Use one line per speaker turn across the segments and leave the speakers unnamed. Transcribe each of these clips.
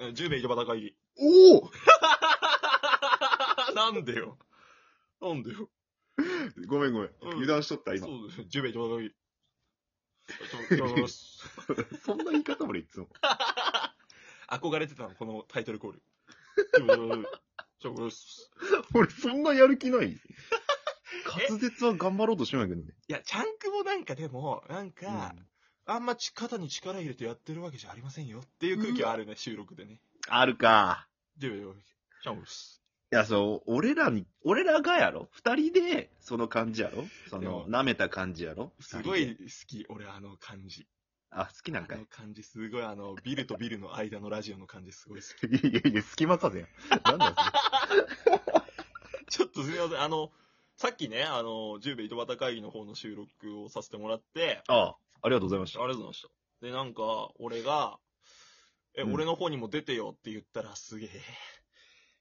えー10名以上裸入り。
おお
なんでよ。なんでよ。
ごめんごめん。
うん
油断しとった、
そ
今。
うですね。10名以上裸 入り。ちょちょちょちょ
そんな言い方俺いつも。
憧れてたの、このタイトル コール。ちょちょちょちょ
俺そんなやる 気ない。滑舌は頑張ろうとしてないけどね。
いや、チャンクもなんかでも、なんか、あんまち肩に力入れてやってるわけじゃありませんよっていう空気はあるね、収録でね。
あるか。
10名以上裸入り。チャンクです。
いや、そう、俺らに、俺らがやろ二人で、その感じやろそ
で
の、
も
舐めた感じやろ
すご。い
二人で
好き、俺あの感じ。
あ、好きなんか
あ
い
の。感じ、すごいあの、ビルとビルの間のラジオの感じ、すごい好き。
いやいやいや、隙間風や。なんだ そ
ちょっとすみません。あの、さっきね、あの、十兵衛井戸端会議の方の収録をさせてもらって、
れ。ああ、ありがとうございまし
ありがとうございました。で、なんか、俺が、え、
うん
俺の方にも出てよって言ったら、すげえ、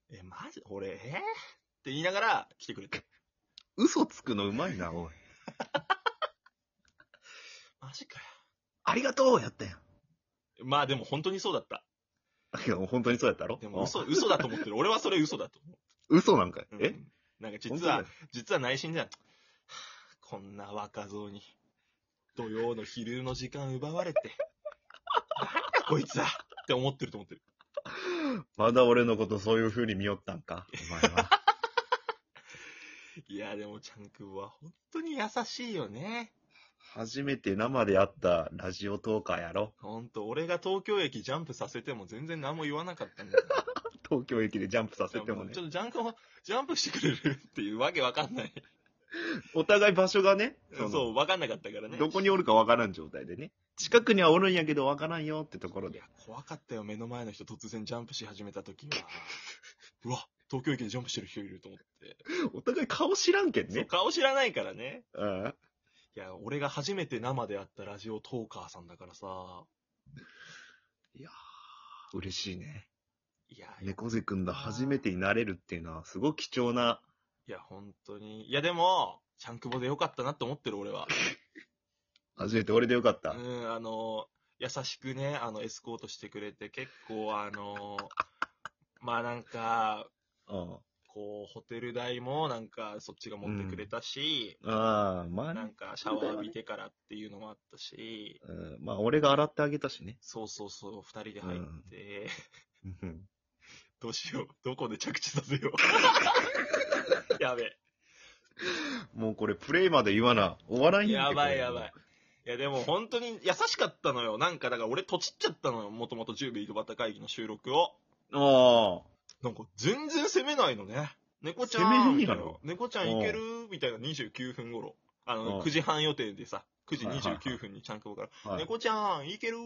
え、マジ俺、えって言いながら来てくれて、
嘘つくのうまいな、おい。
マジか
ありがとうやったやん。
よ。まあでも本当にそうだった。
いや、もう本当にそうやったろ
でも嘘、嘘だと思ってる。俺はそれ嘘だと思
嘘なんかい。
う。うん
え
なんか実は、、実は内心じゃん。はあこんな若造に、土曜の昼の時間奪われて、なんだこいつはって思ってると思ってる。
まだ俺のことそういう風に見よったんか。お前は。
いや、でもちゃんくんは本当に優しいよね。
初めて生で会ったラジオトーカーやろ
ほんと、俺が東京駅ジャンプさせても全然何も言わなかったんだよ。
東京駅でジャンプさせてもね
ちょ。っとジャンクを、ジャンプしてくれるっていうわけわかんない。
お互い場所がね、
そう
の
わかんなかったからね。
どこにおるかわからん状態でね。近くにはおるんやけどわからんよってところ
い
で
や。、怖かったよ、目の前の人突然ジャンプし始めた時は。うわ、東京駅でジャンプしてる人いると思って。
お互い顔知らんけん
そう、
ね。
顔知らないからね。
うん。
いや、俺が初めて生で会ったラジオトーカーさんだからさ。
嬉しいね。
いや、い
猫背くんだ、初めてになれるっていうのは、すごい貴重な。
や、本当に。いや、でも、ちゃんくぼでよかったなって思ってる、俺は。
初めて俺でよかっ
う
た。
ん、あの、優しくね、あの、エスコートしてくれて、結構、あの、まあなんか、
うん。
こう、ホテル代も、なんか、そっちが持ってくれたし、
ああ、まあ
な
ね
ん。か、シャワー浴びてからっていうのもあったし、
うん、まあ、俺が洗ってあげたしね。
そうそうそう、二人で入って、
うん
どうしよう、どこで着地させよう。やべえ。
もうこれ、プレイまで言わな。終わらんんけ
やばいやばい。。いやでも本当に優しかったのよ。なんかだから俺とちっちゃったのよ。もともと10秒井戸端会議の収録を。
あ
なんか全然攻めないのね。猫ちゃん。
攻めるんやろ
みたいな猫ちゃんいけるみたいな29分頃。あ
うん
の、9時半予定でさ、9時
はいはいはい
29分にちゃんくぼから、
あ。はい
猫ちゃんいける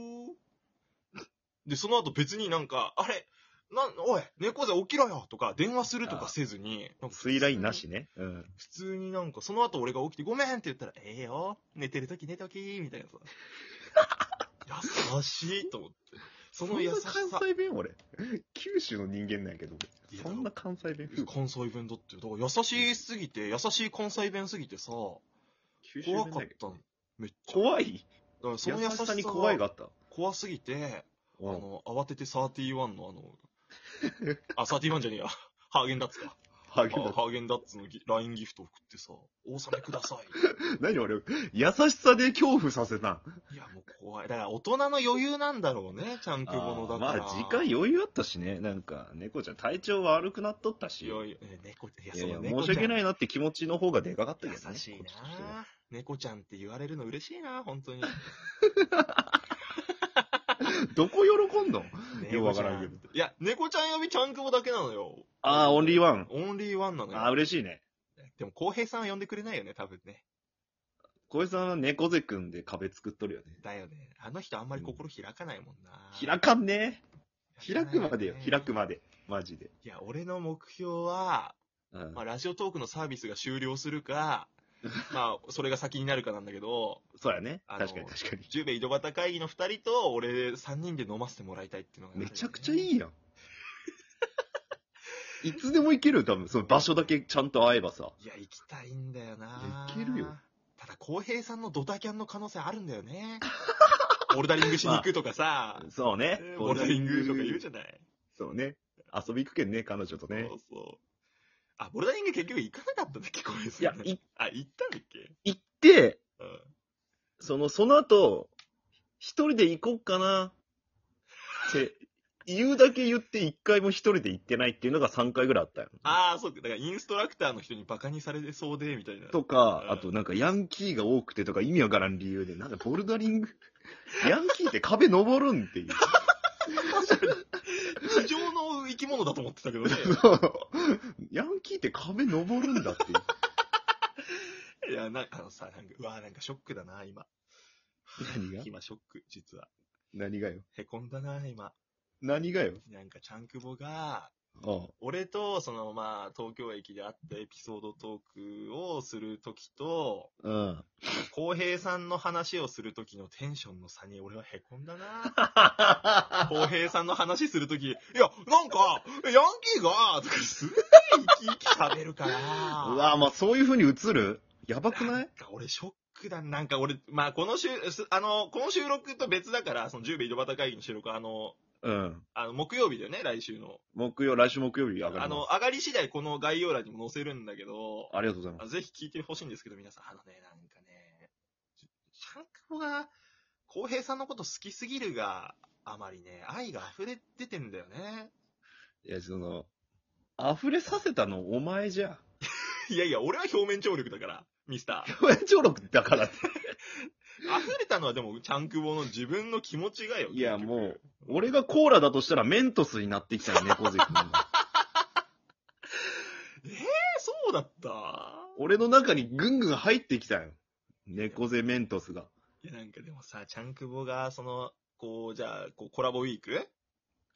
で、その後別になんか、あれなん、おい、猫背起きろよとか、電話するとかせずに、なんか
水ラインなしね。うん。
普通になんか、その後俺が起きて、ごめんって言ったら、ええよ、寝てるとき寝とき、みたいな さ。優しいと思って。その優しさ
そん。な関西弁俺。九州の人間なんやけど、
いや
そんな関西弁風
関西弁だって。だから優しすぎて、優しい関西弁すぎてさ、
九州
怖
弁
か
だ
っ
けど
たの。めっちゃ。だ
怖い
からその優しさ
に怖い
が
があった。
怖すぎて、あ
うん。
の、慌てて31のあの、あ、31じゃねえや。ハーゲンダッツか。
ハー
あ
ゲンダッツ
ハーゲンダッツのギ LINE ギフト送ってさ、お納めください。
何俺、優しさで恐怖させたん。
いや、もう怖い。だから大人の余裕なんだろうね、ちゃんくぼのだから。
まあ、時間余裕あったしね。なんか、猫ちゃん体調悪くなっとったし。い
余裕。え猫いや、
や
そ
いや
の、猫
申し
ちゃん。
訳ないなって気持ちの方がでかかったけどね。
優しい
こっちとしては
な猫ちゃんって言われるの嬉しいな本当に。
どこ喜んの ようわからんけど
猫ちゃいや、猫ちゃん呼びちゃんくぼだけなのよ。
ああ、オンリーワン。
オンリーワンなの
ああ、
よ。
嬉しいね。
でも、浩平さんは呼んでくれないよね、多分ね。
小石さんは猫背くんで壁作っとるよね。
だよね。あの人あんまり心開かないもんな。
開かんね開
ない
く
ね
までよ。開くまで。マジで。
いや、俺の目標は、
うん
まあ、ラジオトークのサービスが終了する か、まあ、それが先になるかなんだけど、
そうやね。
あの
確かに確かに。
十兵衛井戸端会議の二人と俺三人で飲ませてもらいたいっていうのが、
めちゃくちゃ
い。
いいやん。いつでも行けるよ、多分。その場所だけちゃんと会えばさ。
いや、行きたいんだよない
や行けるよ。
ただ、浩平さんのドタキャンの可能性あるん だよね。ボルダリングしに行くとかさ、
そう
え
ね
ー。ボルダリングとか言うじゃない。
そうね。遊び行くけんね、彼女とね
そ。うそう。あ、ボルダリング結局行かなかったんだっけ、これ。
いや、い
あ、行ったんだっけ
行って、
うん。
その、その後、一人で行こっかな。って、言うだけ言って一回も一人で行ってないっていうのが3回ぐらいあったよ。
ああ、そうか。だからインストラクターの人にバカにされてそうで、みたいな。
とか、あとなんかヤンキーが多くてとか意味わからん理由で、なんかボルダリング、ヤンキーって壁登るんっていう。
地上の生き物だと思ってたけどね。
ヤンキーって壁登るんだっていう。
いや、なんかあのさ、なんか、うわーなんかショックだな、今。
何が
今ショック、実は。
何がよ。
へこんだな、今。
何がよ。
なんか、ちゃんくぼが、
あ
俺と、その、まあ、東京駅で会ったエピソードトークをするときと、
あ。うん。
浩平さんの話をするときのテンションの差に俺はへこんだな。 浩平さんの話するとき、いや、なんか、ヤンキーが、とかすげえ生き生き喋るから。
うわまあそういう風に映るやばくな
な
い
んか俺ショックだ。なんか俺、まあ、この収、すあの、この収録と別だから、その10秒井戸端会議の収録、あの、
うん。
あの、木曜日だよね、来週の。
木曜、来週木曜日上がります。
あの、上がり次第この概要欄にも載せるんだけど、
ありがとうございま
あぜひ聞いてほしいんですけど、皆さん、あのね、なんかね、ちちゃんくぼが、浩平さんのこと好きすぎるが、あまりね、愛が溢れ出てんだよね。
す。いや、その、溢れさせたのお前じゃ。
いやいや、俺は表面張力だから、ミスター。
表面張力だからって。
溢れたのはでも、ちゃんくぼの自分の気持ちがよ。
いや、
結局
もう、俺がコーラだとしたらメントスになってきたよ、猫背君 が。
えそうだった
俺の中にぐんぐん入ってきたよ。猫背メントスが。
いや、なんかでもさ、ちゃんくぼが、その、こう、じゃあ、こう、コラボウィーク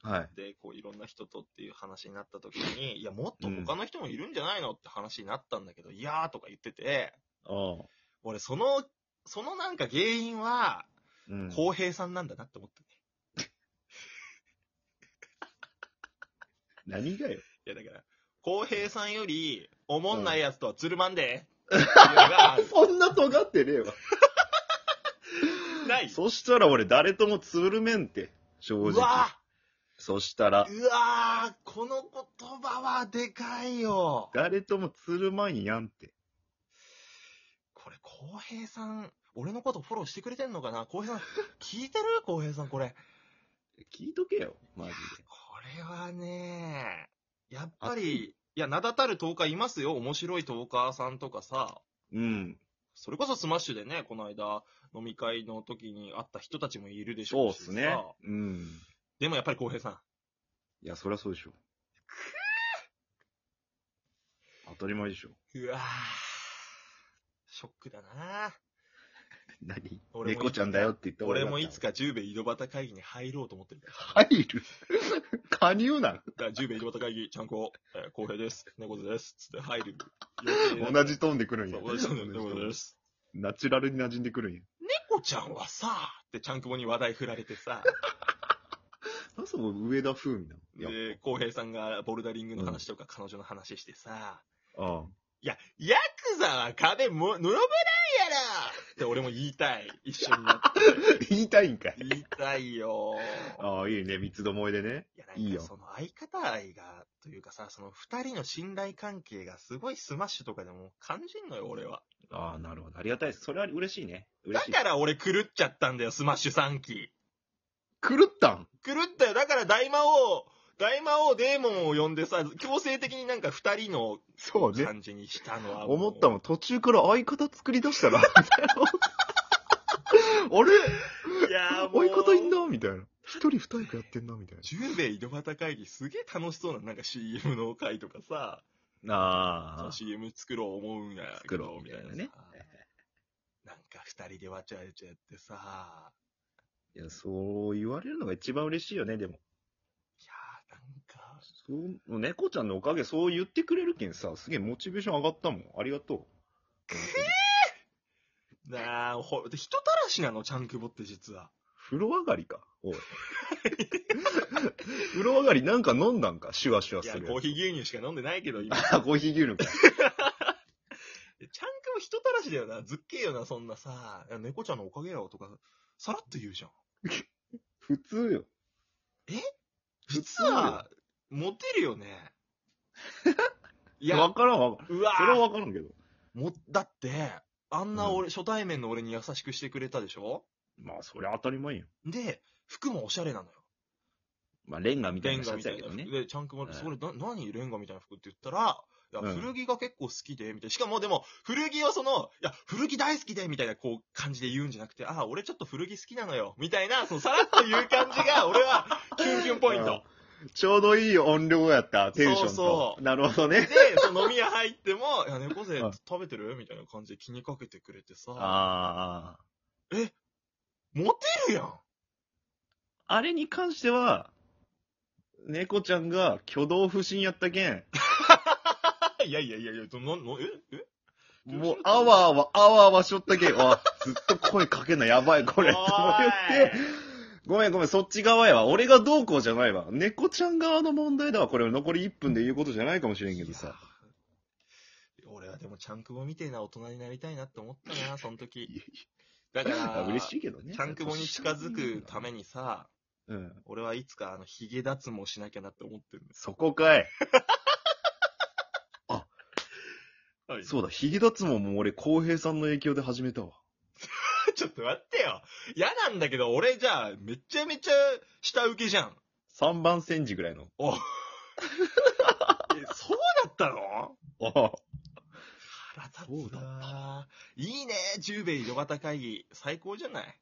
はい。
で、こう、いろんな人とっていう話になった時に、いや、もっと他の人もいるんじゃないのって話になったんだけど、いやーとか言ってて、
ああ。
俺、その、そのなんか原因は、
うん。
浩平さんなんだなって思ったね。
何がよ。
いや、だから、浩平さんより、おもんないやつとはつるまんで、っていうのがある
そんな尖ってねえわ。
ない。
そしたら俺誰ともつるめんって、正
う
直。
わ
そしたら、
ーうわーこの言葉はでかいよ。
誰ともつるまんやんって。
これ、浩平さん、俺のことフォローしてくれてんのかな浩平さん、聞いてる浩平さん、これ。
聞いとけよ、マジで。
これはね、やっぱり、いや、名だたるトーカーいますよ。面白いトーカーさんとかさ、
うん。
それこそスマッシュでね、この間、飲み会の時に会った人たちもいるでし
そう
ょ
っ
うし
すね
さ。
うん。
でもやっぱり浩平さん。
いや、そりゃそうでしょ。当たり前でしょ。
うわぁ、ショックだな
何
俺も
猫ちゃんだよって言って
俺も
だ
い
った
つか十兵衛井戸端会議に入ろうと思って るから。
入る加入なん
だから十兵衛井戸端会議、ちゃんこ、えー、浩平です。猫背です。つって入る。
同じトーンでくるん
そ
や
う。同じなんだよ
同じトーン
同じです。
ナチュラルに馴染んでくるんや。
猫ちゃんはさ、ってちゃんくぼに話題振られてさ、
なんその上田風味なのいや、
で、浩平さんがボルダリングの話とか彼女の話してさ、
ああ。
いや、ヤクザは壁も、登らないやろって俺も言いたい。一緒になって。
言いたいんかい。
言いたい よ。
ああ、いいね。三つどもえでね。
いや、
いい
なん
よ
かその相方愛が、というかさ、その二人の信頼関係がすごいスマッシュとかでも感じんのよ、俺は。
ああ、なるほど。ありがたいです。それは嬉しいね。嬉
だ
しい。
から俺狂っちゃったんだよ、スマッシュ3期。
狂ったん
狂ったよ。だから大魔王、大魔王デーモンを呼んでさ、強制的になんか二人の
そうね。
感じにしたのはもう。
思ったもん。途中から相方作り出したら、みたいな。あれ
いやーもう。
相方いんなみたいな。一人二人やってんなみたい
十兵衛井戸端会議すげえ楽しそうななんか CM の回とかさ、
な。
そ
あ
の CM 作ろう思うんやけ
作
ど
ろ、う
み
み
た
た
い
い
な
な
さ
ね。
なんか二人でわちゃわちゃやってさ、
いや、そう言われるのが一番嬉しいよね、でも。
いやーなんか、
そう、猫ちゃんのおかげそう言ってくれるけんさ、すげえモチベーション上がったもん。ありがとう。
なあ、ほ、で人たらしなの、ちゃんくぼって実は。
風呂上がりか。 おい。風呂上がりなんか飲んだんか、シュワシュワ
い
す
や、
るやつ。
コーヒー牛乳しか飲んでないけど、 今。ち
あコーヒー牛乳か。
ゃんくぼ人たらしだよな、ずっけえよな、そんなさ、いや猫ちゃんのおかげよとか、さらっと言うじゃん。
普通よ。
実は、モテるよね。 い
いや、わ
や、
からんわからん。
うわ
それはわからんけど。
も、だって、あんな俺、初対面の俺に優しくしてくれたでしょ
まあ、そりゃ当たり前よ。
で、服もおしゃれなのよ。
まあ、レンガみた
レ
い
ン
な
ガ
シャ
み
ツ
た
や
い
け
な
ど
服
ね。
で、ちゃんくま
う
で、
ん
それな、何レンガみたいな服って言ったら、いや、
うん
古着が結構好きで、みたいな。しかもでも、古着をその、いや、古着大好きで、みたいな、こう、感じで言うんじゃなくて、ああ、俺ちょっと古着好きなのよ、みたいな、その、さらっと言う感じ が、俺は、キュンキュンポイント。
ちょうどいい音量やった、テンションと。
そうそう
なるほど
で
ね。、
その飲み屋入っても、いや、猫背
うん
食べてるみたいな感じで気にかけてくれてさ、
ああ。
モテる やん
あれに関しては、猫ちゃんが挙動不審やった けん、
いやいやいやいや、どの、の、ええ
もう、あわあわ、あわあわしょったけん、あ、ずっと声かけんのやばい、これ、と思って、 ごめんごめん、そっち側やわ。俺がどうこうじゃないわ。猫ちゃん側の問題だわ。これは残り1分で言うことじゃないかもしれんけどさ。
いや俺はでも、ちゃんくぼみてえな大人になりたいなって思ったな、その時。だか
あ
ら、
嬉しいけどね。
ちゃんくぼに近づくためにさ、
うん。
俺はいつか、あの、髭脱毛しなきゃなって思ってるんです。
そこかい。
はい
そうだ、ヒゲ脱毛も俺、浩平さんの影響で始めたわ。
ちょっと待ってよ。嫌なんだけど、俺じゃあ、めちゃめちゃ下請けじゃん。
3番煎じぐらいの。
おえそうだったの
あ
腹立つ
そうだ
なあいいね、十兵衛井戸端会議。最高じゃない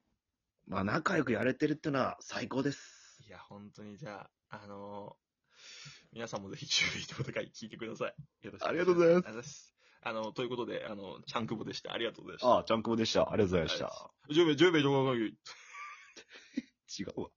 まあ、仲良くやれてるってのは最高です。
いや、本当にじゃあ、あのー皆さんもぜひ注意ということか聞いてください。よろしくお願し
ありがとうございます
ありがとうございます。あの、ということで、あの、ちゃんくぼでした。ありがとうございました。
ああ、ちゃんくぼでした。ありがとうございました。
10名、10名、動画会議。
違うわ。